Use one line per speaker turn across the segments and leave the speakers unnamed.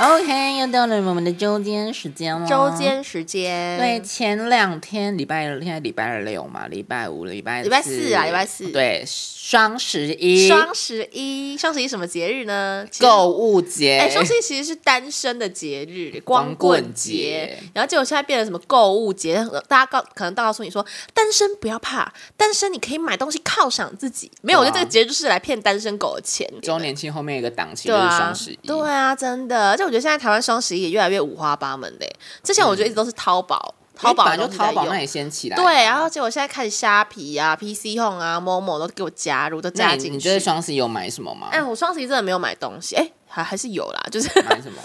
OK，又到了我们的周间时间了。
周间时间，
嗯对，，前两天礼拜六，现在礼拜六嘛，礼拜五、礼拜
礼拜四啊礼拜四
对，双十一
双十一，双十一什么节日呢？其实
购物节，
哎、双十一其实是单身的节日，
光
光
棍
棍
节
节。然后结果现在变成什么购物节？大家告可能大家告诉你说，单身不要怕，单身你可以买东西犒赏自己。没有，我
对啊
觉得这个节日就是来骗单身狗的钱。
周年庆后面有一个档期
对
就是
啊
双十一，，
对啊，真的。而且我觉得现在台湾双十一也越来越五花八门嘞。之前我
嗯
觉得一直都是淘宝，淘宝的
就
东西在
淘宝
用
那里先起来，
对，啊然后结果现在开始虾皮啊、PC Home 啊、Momo 都给我加入，都
那
加
你
进
你
去
觉得。双十一有买什么吗？
哎，我双十一真的没有买东西，哎，还还是有啦， 就是
买什么？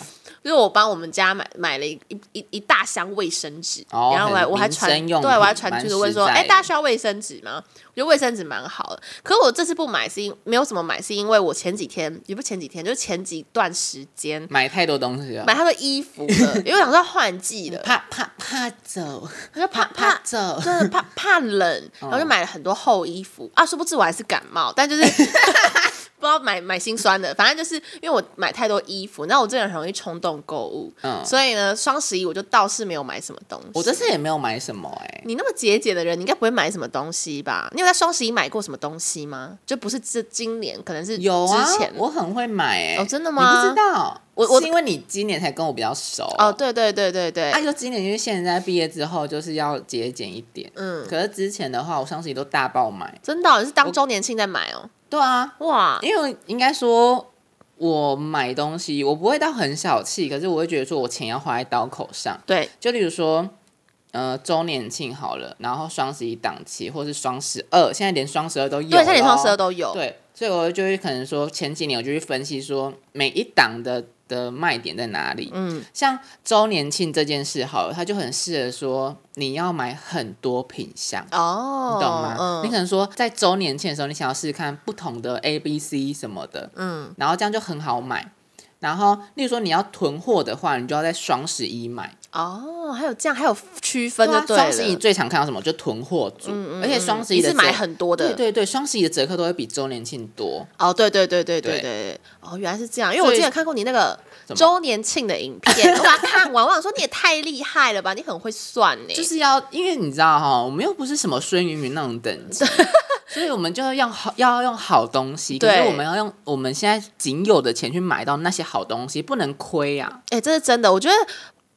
就是我帮我们家买买了一一一一大箱卫生纸，
哦
然后我还
很
我还
民
传
生
对
用
我还
品
传
蛮
出去
实
问说，
在
哎，
的
大家需要卫生纸吗？我觉得卫生纸蛮好的，可我这次不买是因没有怎么买，是因为我前几天也不是前几天，就是前几段时间
买太多东西了，
买他的衣服了，因为我想到换季了，
怕怕怕走，
我就怕
怕
怕
走，
真的怕怕冷，
哦
然后就买了很多厚衣服啊，殊不知我还是感冒，但就是 不知道买买心酸的，反正就是因为我买太多衣服，那我这个人很容易冲动购物，
嗯
所以呢，双十一我就倒是没有买什么东西。
我这次也没有买什么哎、
你那么节俭的人，你应该不会买什么东西吧？你有在双十一买过什么东西吗？就不是这今年，可能是
有啊
之前，
我很会买哎、
哦真的
你
吗
不知道，
我我
是因为你今年才跟我比较熟
哦，。对对对对对，
啊，就今年因为现在毕业之后就是要节俭一点，
嗯，
可是之前的话，我双十一都大爆买。
真的哦、你是
我
当周年庆在买哦，
对啊，
哇，
因为应该说，我买东西我不会到很小气，可是我会觉得说我钱要花在刀口上。
对，
就例如说，呃，周年庆好了，然后双十一档期，或是双十二，现在连双十二都有咯。哦啊
对，现在连双十二都有，
对，所以我就会可能说，前几年我就去分析说每一档的的卖点在哪里。
嗯，
像周年庆这件事好了，它就很适合说你要买很多品相。
哦，
你懂吗？
嗯
你可能说在周年庆的时候，你想要试试看不同的 A、B、C 什么的，
嗯，
然后这样就很好买。然后，例如说你要囤货的话，你就要在双十一买。
哦，还有这样，还有区分
对
就
啊
对
双十一你
了嗯
最常看到什么？就囤货组，而且双十一
你
的
是买
折
很多
对
的，
对对，双十一的折扣都会比周年庆多。
哦，对对对对
对
对对对，哦，原来是这样，因为我
所以
之前看过你那个
怎么
周年庆的影 片，我把它看完，我想说你也太厉害了吧，你很会算呢，
就是要，因为你知道哈，我们又不是什么孙云云那种等级，所以我们就要用好，要用好东西。可是
对
我们要用我们现在仅有的钱去买到那些好东西，不能亏啊。
哎、这是真的，我觉得。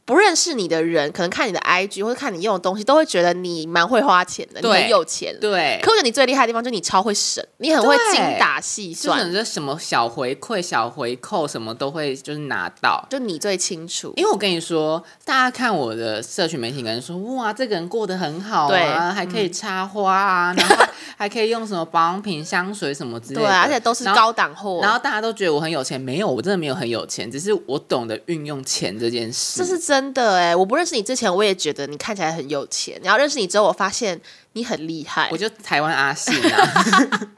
不认识你的人，可能看你的 IG 或者看你用的东西，都会觉得你蛮会花钱的，你
对
很有钱。
对，
可我觉得你最厉害的地方就是你超会省，你很会
对
精打细
就
算，
是这什么小回馈、小回扣，什么都会就是拿到。
就你最清楚。
因为我跟你说，大家看我的社群媒体，可能说哇，这个人过得很好
对嗯
啊，还可以插花啊，然后还可以用什么保养品、香水什么之类
对
的，
啊，而且都是
然后
高档货。
然后大家都觉得我很有钱，没有，我真的没有很有钱，只是我懂得运用钱这件事。
这是真的哎、我不认识你之前，我也觉得你看起来很有钱。然后认识你之后，我发现你很厉害
我。就台湾阿信啊，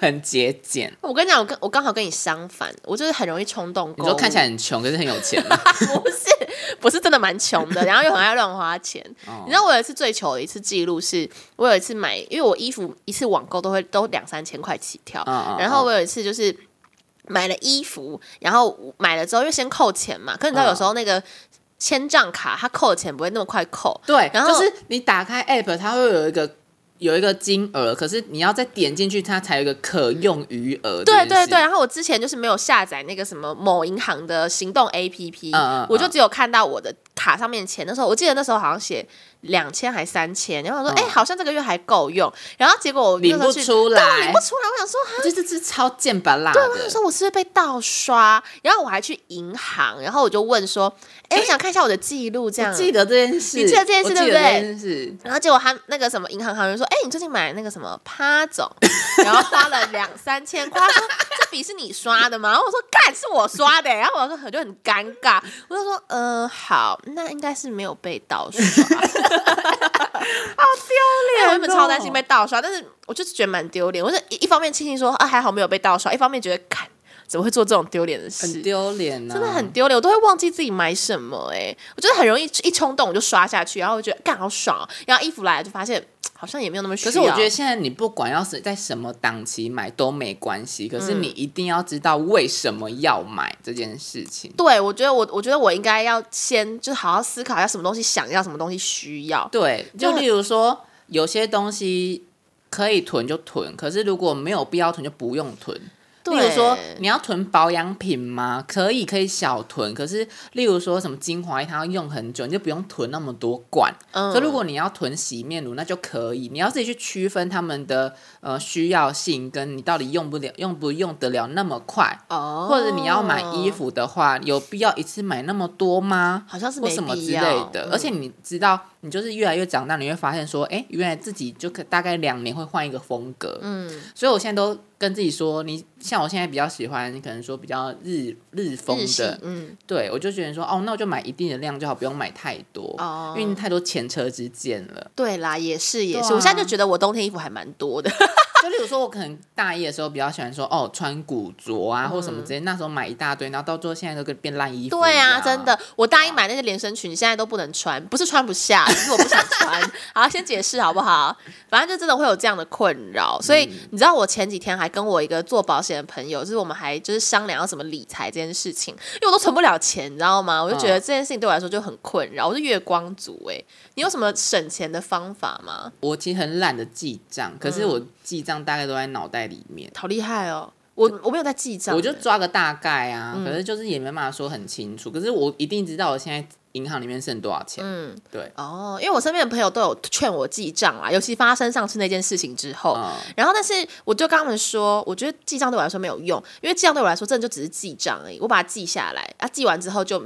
很节俭。
我跟你讲，我跟我刚好跟你相反，我就是很容易冲动
你
购物。
说看起来很穷，可是很有钱嘛？
不是不是真的蛮穷的，然后又很爱乱花 钱。
哦
你知道我有一次最糗的一次记录是，我有一次买，因为我衣服一次网购都会都两三千块起跳，
嗯嗯
然后我有一次就是。买了衣服，然后买了之后，因为先扣钱嘛，可是你知道
嗯
有时候那个千账卡，它扣的钱不会那么快扣，
对，
然后
就是你打开 app，它会有一个有一个金额，可是你要再点进去，它才有一个可用余额。
对对对，，然后我之前就是没有下载那个什么某银行的行动 APP，、
嗯嗯
我就只有看到我的卡上面的钱。那时候我记得那时候好像写两千还三千，然后我说
嗯
哎、诶好像这个月还够用，然后结果我那时候去
领不出来
对我领不出来，我想说哈。
这这是超贱吧辣的。
我想说我是不是被盗刷，然后我还去银行，然后我就问说，哎、我想看一下我的记录，这样
我记得这件事，
你记得这件事
我记得
对不对
这件事，
然后结果他那个什么银行行员说：“哎、你最近买那个什么趴总，然后花了两三千块。”他说：“这笔是你刷的吗？”然后我说：“干，是我刷的欸、然后我说：“我就很尴尬，我就说：“嗯、好，那应该是没有被盗刷。” 好丢哎脸、我哦原本超担心被盗刷，但是我就是觉得蛮丢脸。我是一一方面庆幸说啊还好没有被盗刷，一方面觉得干怎么会做这种丢脸的事？
很丢脸啊呐，
真的很丢脸，我都会忘记自己买什么哎、我觉得很容易一冲动我就刷下去，然后我觉得干好爽哦，然后衣服来了就发现嘖好像也没有那么需
可
要。
是我觉得现在你不管要是在什么档期买都没关系，可是你一定要知道为什么要买这件事情。
对，我觉得我我觉得我应该要先就是好好思考一下什么东西想要，什么东西需要。
对，就
就
例如说有些东西可以囤就囤，可是如果没有必要囤就不用囤。例如说
对，
你要囤保养品吗？可以，可以小囤。可是，例如说什么精华液，它要用很久，你就不用囤那么多罐。
嗯
所以，如果你要囤洗面乳，那就可以。你要自己去区分它们的呃需要性，跟你到底用不了、用不用得了那么快。
哦，
或者你要买衣，服的话，有必要一次买那么多吗？
好像是
或
没
什么
必
之类
要
的。
嗯
而且你知道，你就是越来越长大，你会发现说，哎、原来自己就可大概两年会换一个风格。
嗯，
所以我现在都跟自己说，你像我现在比较喜欢，可能说比较日日风
日系
的，
嗯，
对我就觉得说，哦，那我就买一定的量就好，不用买太多，
哦。
因为太多前车之鉴了
对啦，也是也
对
是，
啊
我现在就觉得我冬天衣服还蛮多的。
就例如说，我可能大一的时候比较喜欢说，哦，穿古着
嗯
啊或什么之类，那时候买一大堆，然后到最后现在都跟变烂衣服。
对
啊
啊，，真。的，我答应买那些连身裙，现在都不能穿，不是穿不下，是我不想穿。好，先解释好不好？反正就真的会有这样的困扰，所以、你知道，我前几天还跟我一个做保险的朋友，就是我们还就是商量要怎么理财这件事情，因为我都存不了钱，你知道吗？我就觉得这件事情对我来说就很困扰，我是月光族哎、你有什么省钱的方法吗？
我其实很懒得记账，可
嗯
是我记账大概都在脑袋里面，
好厉害哦！我我没有在记账欸，
我就抓个大概啊，
嗯
可是就是也没办法说很清楚，可是我一定知道我现在银行里面剩多少钱。
嗯，
对
哦，因为我身边的朋友都有劝我记账啊啦，尤其发生上次那件事情之后，
嗯
然后，但是我就跟他们说，我觉得记账对我来说没有用，因为记账对我来说真的就只是记账而已，我把它记下来啊，记完之后就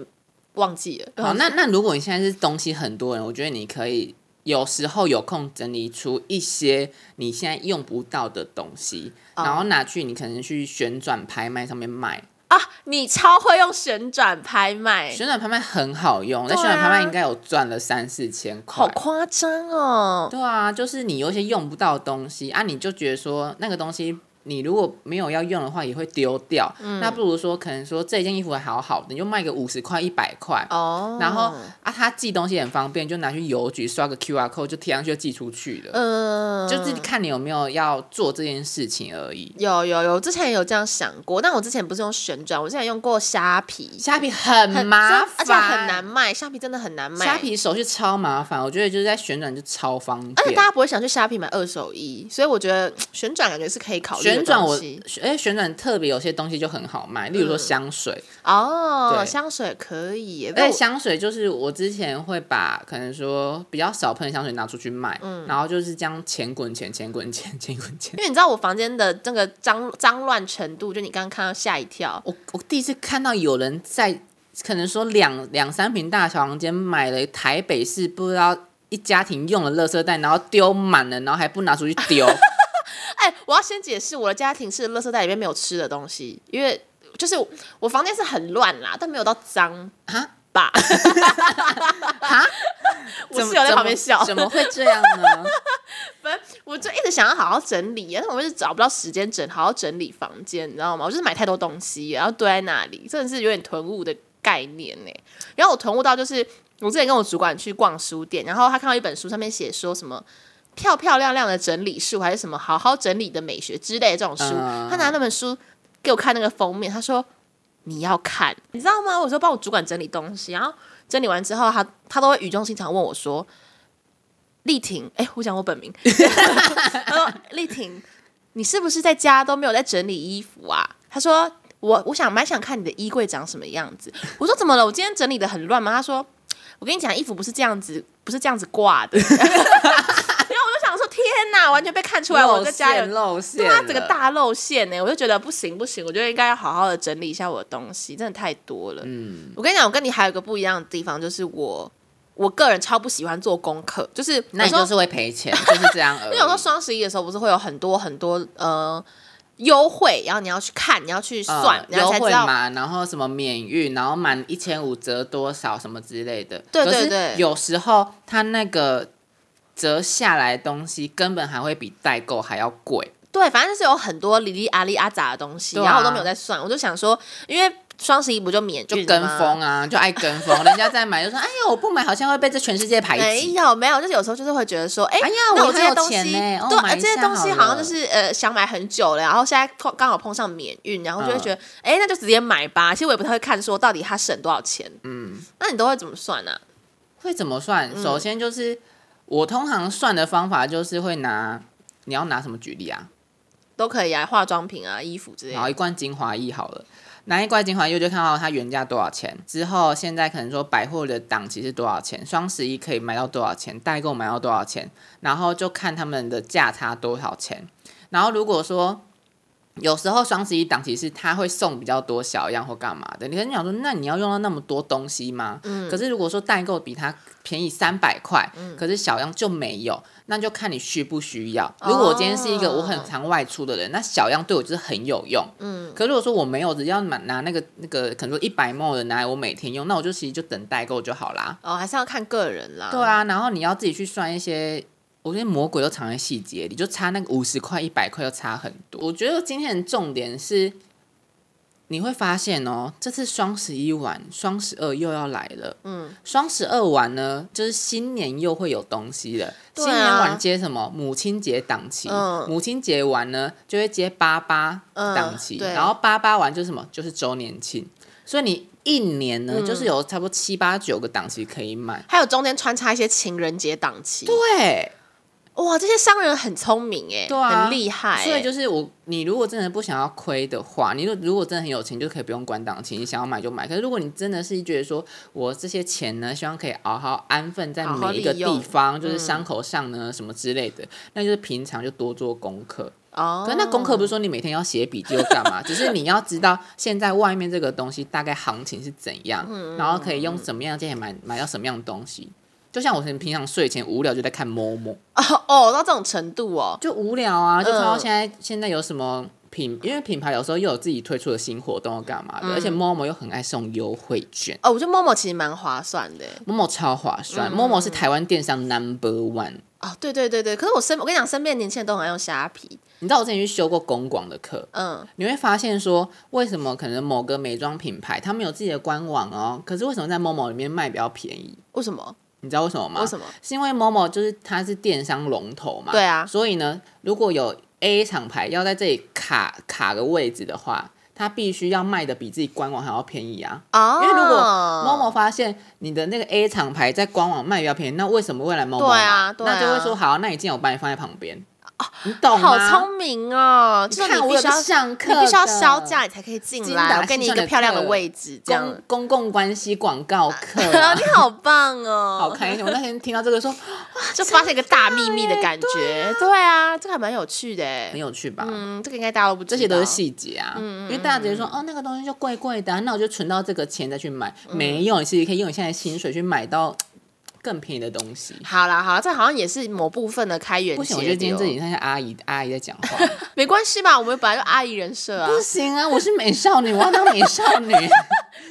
忘记了。
好，那那如果你现在是东西很多人，我觉得你可以有时候有空整理出一些你现在用不到的东西，
哦
然后拿去你可能去旋转拍卖上面卖。
啊，你超会用旋转拍卖，
旋转拍卖很好用，在
哎对
旋
啊
转拍卖应该有赚了三四千块
好。夸张哦！
对啊，就是你有一些用不到的东西啊，你就觉得说那个东西。你如果没有要用的话，也会丢掉。
嗯
那不如说，可能说这件衣服还好好的，你就卖个五十块、一百块，
哦，
然后啊，他寄东西很方便，就拿去邮局刷个 QR code 就贴上去就寄出去了，
嗯，
就是看你有没有要做这件事情而已。
有有有，之前也有这样想过，但我之前不是用旋转，我之前用过虾皮，
虾皮很
很
麻烦，
而且很难。卖，虾皮真的很难卖。
虾皮手续超麻烦，我觉得就是在旋转就超方
而且
便
大。家不会想去虾皮买二手衣，所以我觉得旋转感觉是可以考虑的
旋转我，
东西嗯
而且旋转特别有些东西就很好卖，例如说香水。
哦，
对
香水可以耶，不
而
过
且香水就是我之前会把可能说比较少喷的香水拿出去卖，然后就是这样钱滚钱，钱滚钱，钱滚钱。
因为你知道我房间的那个脏脏乱程度，就你刚刚看到吓一跳，
我我第一次看到有人在可能说两两三平大小房间买了台北市不知道一家庭用的垃圾袋，然后丢满了，然后还不拿出去 丢。
哎、我要先解释，我的家庭是垃圾袋里面没有吃的东西，因为就是我房间是很乱啦，但没有到脏
啊
吧？
哈，
我室友在旁边笑，
怎么怎么会这样呢？
我就一直想要好好整理，但是我就是找不到时间整好好整理房间，你知道吗？我就是买太多东西，然后堆在那里，真的是有点囤物的概念呢。然后我囤物到就是，我之前跟我主管去逛书店，然后他看到一本书上面写说什么。漂漂亮亮的整理术，还是什么好好整理的美学之类的这种书，
嗯
他拿那本书给我看那个封面，他说你要看，你知道吗？我说帮我主管整理东西，然后整理完之后，他他都会语重心长问我说：“丽婷，哎，我讲我本名， 他说丽婷，你是不是在家都没有在整理衣服啊？”他说：“我我想蛮想看你的衣柜长什么样子。”我说：“怎么了？我今天整理的很乱吗？”他说：“我跟你讲，衣服不是这样子，不是这样子挂的。” 然后我就想说：“天哪，完全被看出来我在家有
露馅，
对
露
啊，
馅
整个
了
大露馅呢、欸我就觉得不行不行，我觉得应该要好好的整理一下我的东西，真的太多了。嗯，我跟你讲，我跟你还有一个不一样的地方，就是我我个人超不喜欢做功课，就是
那你
有时候
就是会赔钱，就是这 样而已。
因为有时候双十一的时候，不是会有很多很多呃优惠，然后你要去看，你要去
呃
算，然
优
后才
惠
知道
嘛，然后什么免运，然后满一千五折多少什么之类的。
对
可
对
是
对
有时候它那个折下来的东西根本还会比代购还要贵。
对，反正就是有很多哩哩啊哩啊杂的东西，
对啊
然后我都没有在算，我就想说，因为双十一不就免
就
运
跟
吗
风啊，就爱跟 风，人家在买就说：“哎呀，我不买好像会被这全世界排
没
挤。
有没有，就是有时候就是会觉得说，哎、
哎呀
那
我
我这
还
些
有
东
钱
西，
呢哦
对、
买
啊，
一
这些
下
东西
好
好像就
了
是呃想买很久了，然后现在碰刚好碰上免运，然后
嗯
就会觉得，哎、那就直接买吧。其实我也不太会看说到底它省多少钱，”
嗯，
那你都会怎么算呢、啊？
会怎么算？
嗯
首先就是、我通常算的方法就是会拿，你要拿什么举例啊？
都可以啊，化妆品啊、衣服之类
然后
的。
一罐精华液好了，拿一罐精华液我就看到它原价多少钱，之后现在可能说百货的档期是多少钱，双十一可以买到多少钱，代购买到多少钱，然后就看他们的价差多少钱。然后如果说有时候双十一档期是它会送比较多小样或干嘛的，你可能想说，那你要用到那么多东西吗？
嗯
可是如果说代购比它便宜三百块，可是小样就没有，那就看你需不需要。如果我今天是一个我很常外出的人，那小样对我就是很有用。
嗯，
可如果说我没有，只要拿拿那个那个，可能说一百 ml 的拿来我每天用，那我就其实就等代购就好啦。
哦，还是要看个人啦。
对，啊，然后你要自己去算一些，我觉得魔鬼都藏在细节里，就差那个五十块、一百块就差很多。我觉得今天的重点是，你会发现哦，这次双十一完，双十二又要来了。
嗯，
双十二完呢，就是新年又会有东西了。
对啊
新年完接什么？母亲节档期。
嗯
母亲节完呢，就会接八八
嗯
档期，
对
然后八八完就是什么？就是周年庆。所以你一年呢，
嗯
就是有差不多七八九个档期可以买。
还有中间穿插一些情人节档期。
对，
哇，这些商人很聪明哎、
对啊
很厉害、欸。
所以就是我，你如果真的不想要亏的话，你如如果真的很有钱，就可以不用管档期，你想要买就买。可是如果你真的是觉得说我这些钱呢，希望可以好好安分在
好好
每一个
利用
地方，就是
嗯
伤口上呢、什么之类的，那就是平常就多做功课。
哦，
可是那功课不是说你每天要写笔记又干嘛？只是你要知道现在外面这个东西大概行情是怎样，
嗯
然后可以用什么样的价钱买买到什么样的东西。就像我平常睡前无聊就在看某某，
哦哦到这种程度哦，
就无聊啊，就看到
嗯
现在、现在有什么品，因为品牌有时候又有自己推出的新活动或干嘛的，
嗯
而且 Momo 又很爱送优惠券。
哦，我觉得 Momo 其实蛮划算的欸。
Momo 超划算、
嗯
m o m o 是台湾电商 Number One。
哦，对对对对，可是我身我跟你讲，身边的年轻人都很爱用虾皮，
你知道我之前去修过公广的课，
嗯，
你会发现说，为什么可能某个美妆品牌他们有自己的官网哦，可是为什么在 Momo 里面卖比较便宜？
为什么？
你知道为什么吗？
为什么？
是因为 Momo 就是它是电商龙头嘛，
对啊
所以呢，如果有 A 厂牌要在这里卡卡个位置的话，它必须要卖的比自己官网还要便宜啊。
哦，
因为如果 Momo 发现你的那个 A 厂牌在官网卖比较便宜，那为什么未来 Momo
对啊
买
对啊哦
那就会说好，那你既然我把你放在旁边，你懂
好
吗？
聪明哦，就
你
是
看
你
我
必
有
须要
在上课
你
的，
必须要销价，你才可以进
精
来，
打
我给你一
细算
个
的
漂亮的
课
位置，这样
公。公共关系广告课啊、
你好棒哦！
好开心！我那天听到这个说
就发现一个大秘密的感觉，对啊，这个还蛮有趣的欸
很。有趣吧？
嗯，这个应该大家都不知道，嗯
这些都是细节啊，因为大家直接说哦，那个东西就贵贵的啊、那我就存到这个钱再去买，
嗯
没有，你其实可以用你现在的薪水去买到 更便宜的东西。
好啦好啦，这好像也是某部分的开源
不行，我
节
觉得今天
流
这里像是 阿姨阿姨在讲 话，
没关系吧？我们本来就阿姨人 设啊
不，行啊，我是美少女，我要当美少女。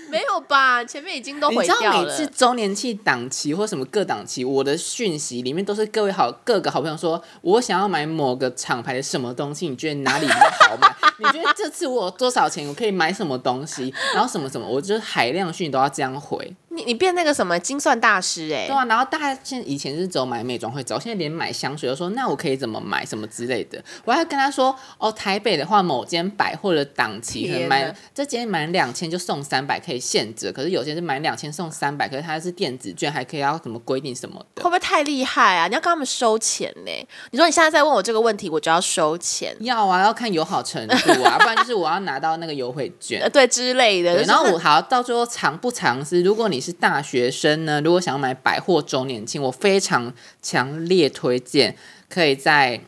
没有吧？前面已经都
你
毁
知道
掉
每
了
次。周年庆档期或什么各档期，我的讯息里面都是各位好各个好朋友说，我想要买某个厂牌的什么东西，你觉得哪里比较好买？ 你觉得这次我有多少钱，我可以买什么东西？然后什么什么，我就是海量讯都要这样回。
你你变那个什么精算大师哎、
对啊，然后大家现在以前是只有买美妆会找，现在连买香水都说那我可以怎么买什么之类的。我还跟他说哦，台北的话某间百货的档期可能
天哪
满这间满两千就送三百，可以现折。可是有些是满两千送三百，可是它是电子券，还可以要什么规定什么
会
的。
不会太厉害啊？你要跟他们收钱呢、你说你现在再问我这个问题，我就要收钱，
要啊，要看友好程度啊，不然就是我要拿到那个优惠券
呃，。对之类的。
对，
就是
然后我好到最后尝不尝试。如果你是大学生呢，如果想要买百货周年庆，我非常强烈推荐可以在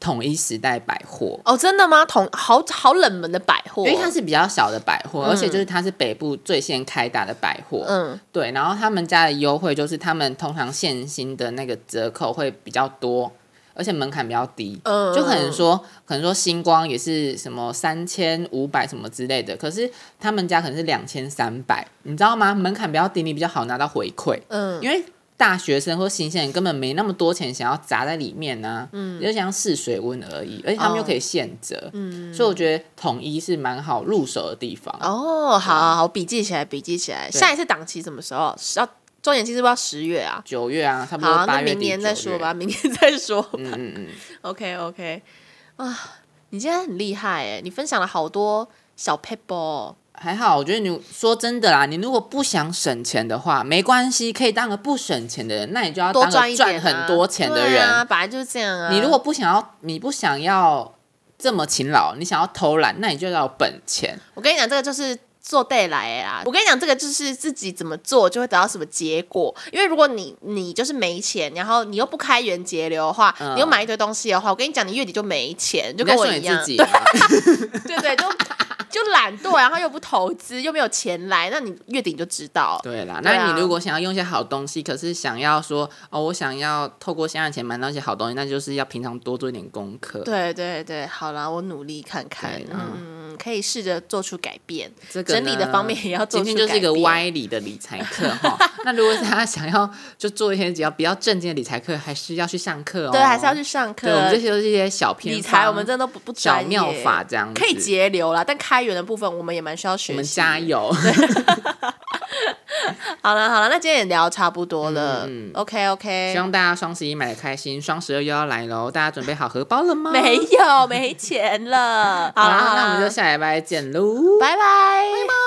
统一时代百货。
哦，真的吗？同好好冷门的百货，
因为它是比较小的百货，而且就是它是北部最先开打的百货，
嗯
对。然后他们家的优惠就是他们通常现金的那个折扣会比较多，而且门槛比较低。
嗯，
就可能说，可能说星光也是什么三千五百什么之类的，可是他们家可能是两千三百，你知道吗？门槛比较低，你比较好拿到回馈，
嗯
因为大学生或新鲜人根本没那么多钱想要砸在里面呢、嗯，就想试水温而已，而且他们又可以现折，
哦
嗯，所以我觉得统一是蛮好入手的地方。
哦，好好好，笔记起来，笔记起来。
对
下一次档期什么时候？是要周年庆是不是要十月啊？
九月啊，差不
好，
多
那
八月
明
底
年再
九
说
月
吧， 明年再说吧。
嗯嗯嗯，
OK OK，啊，你今天很厉害哎，你分享了好多小 p e b l
还好，我觉得你说真的啦，你如果不想省钱的话，没关系，可以当个不省钱的人，那你就要
多
当
赚
个
一
赚
点、啊、
很多钱的
对
人。
啊，本来就是这样啊。
你如果不想要，你不想要这么勤劳，你想要偷懒，那你就要有本钱。
我跟你讲，这个就是做对来啊！我跟你讲，这个就是自己怎么做就会得到什么结果。因为如果你你就是没钱，然后你又不开源节流的话，
嗯
你又买一堆东西的话，我跟你讲，你月底就没钱，就
你
跟
在
我
说
一
你
样
自，己吗，
对啊对，就就懒惰，然后又不投资，又没有钱来，那你月底你就知道。
对啦。
对啊
那你如果想要用一些好东西，可是想要说哦，我想要透过现在的钱买到一些好东西，那就是要平常多做一点功课。
对对对，好啦，我努力看看
对，啊
嗯，嗯可以试着做出改变。
这个呢
整理的方面也要做出
今天就是一个
改变
歪理的理财课 哈。那如果大家想要就做一些比较比较正经的理财课，还是要去上课哦。
对，还是要去上
对，我们
课
这。些都是一些小偏
理财
方
我们真的都不不专
小
业，
妙法这样子，
可以节流啦，但开源的部分我们也蛮需要学习。
我们加！油。
好了好了，那今天也聊差不多了。
嗯嗯
OK
希
OK。
望大家双十一买的开心，双十二又要来喽！大家准备好荷包了吗？
没有，没钱了。好
好
啦
啦，
好啦，
那我们就下礼拜见喽，
拜拜。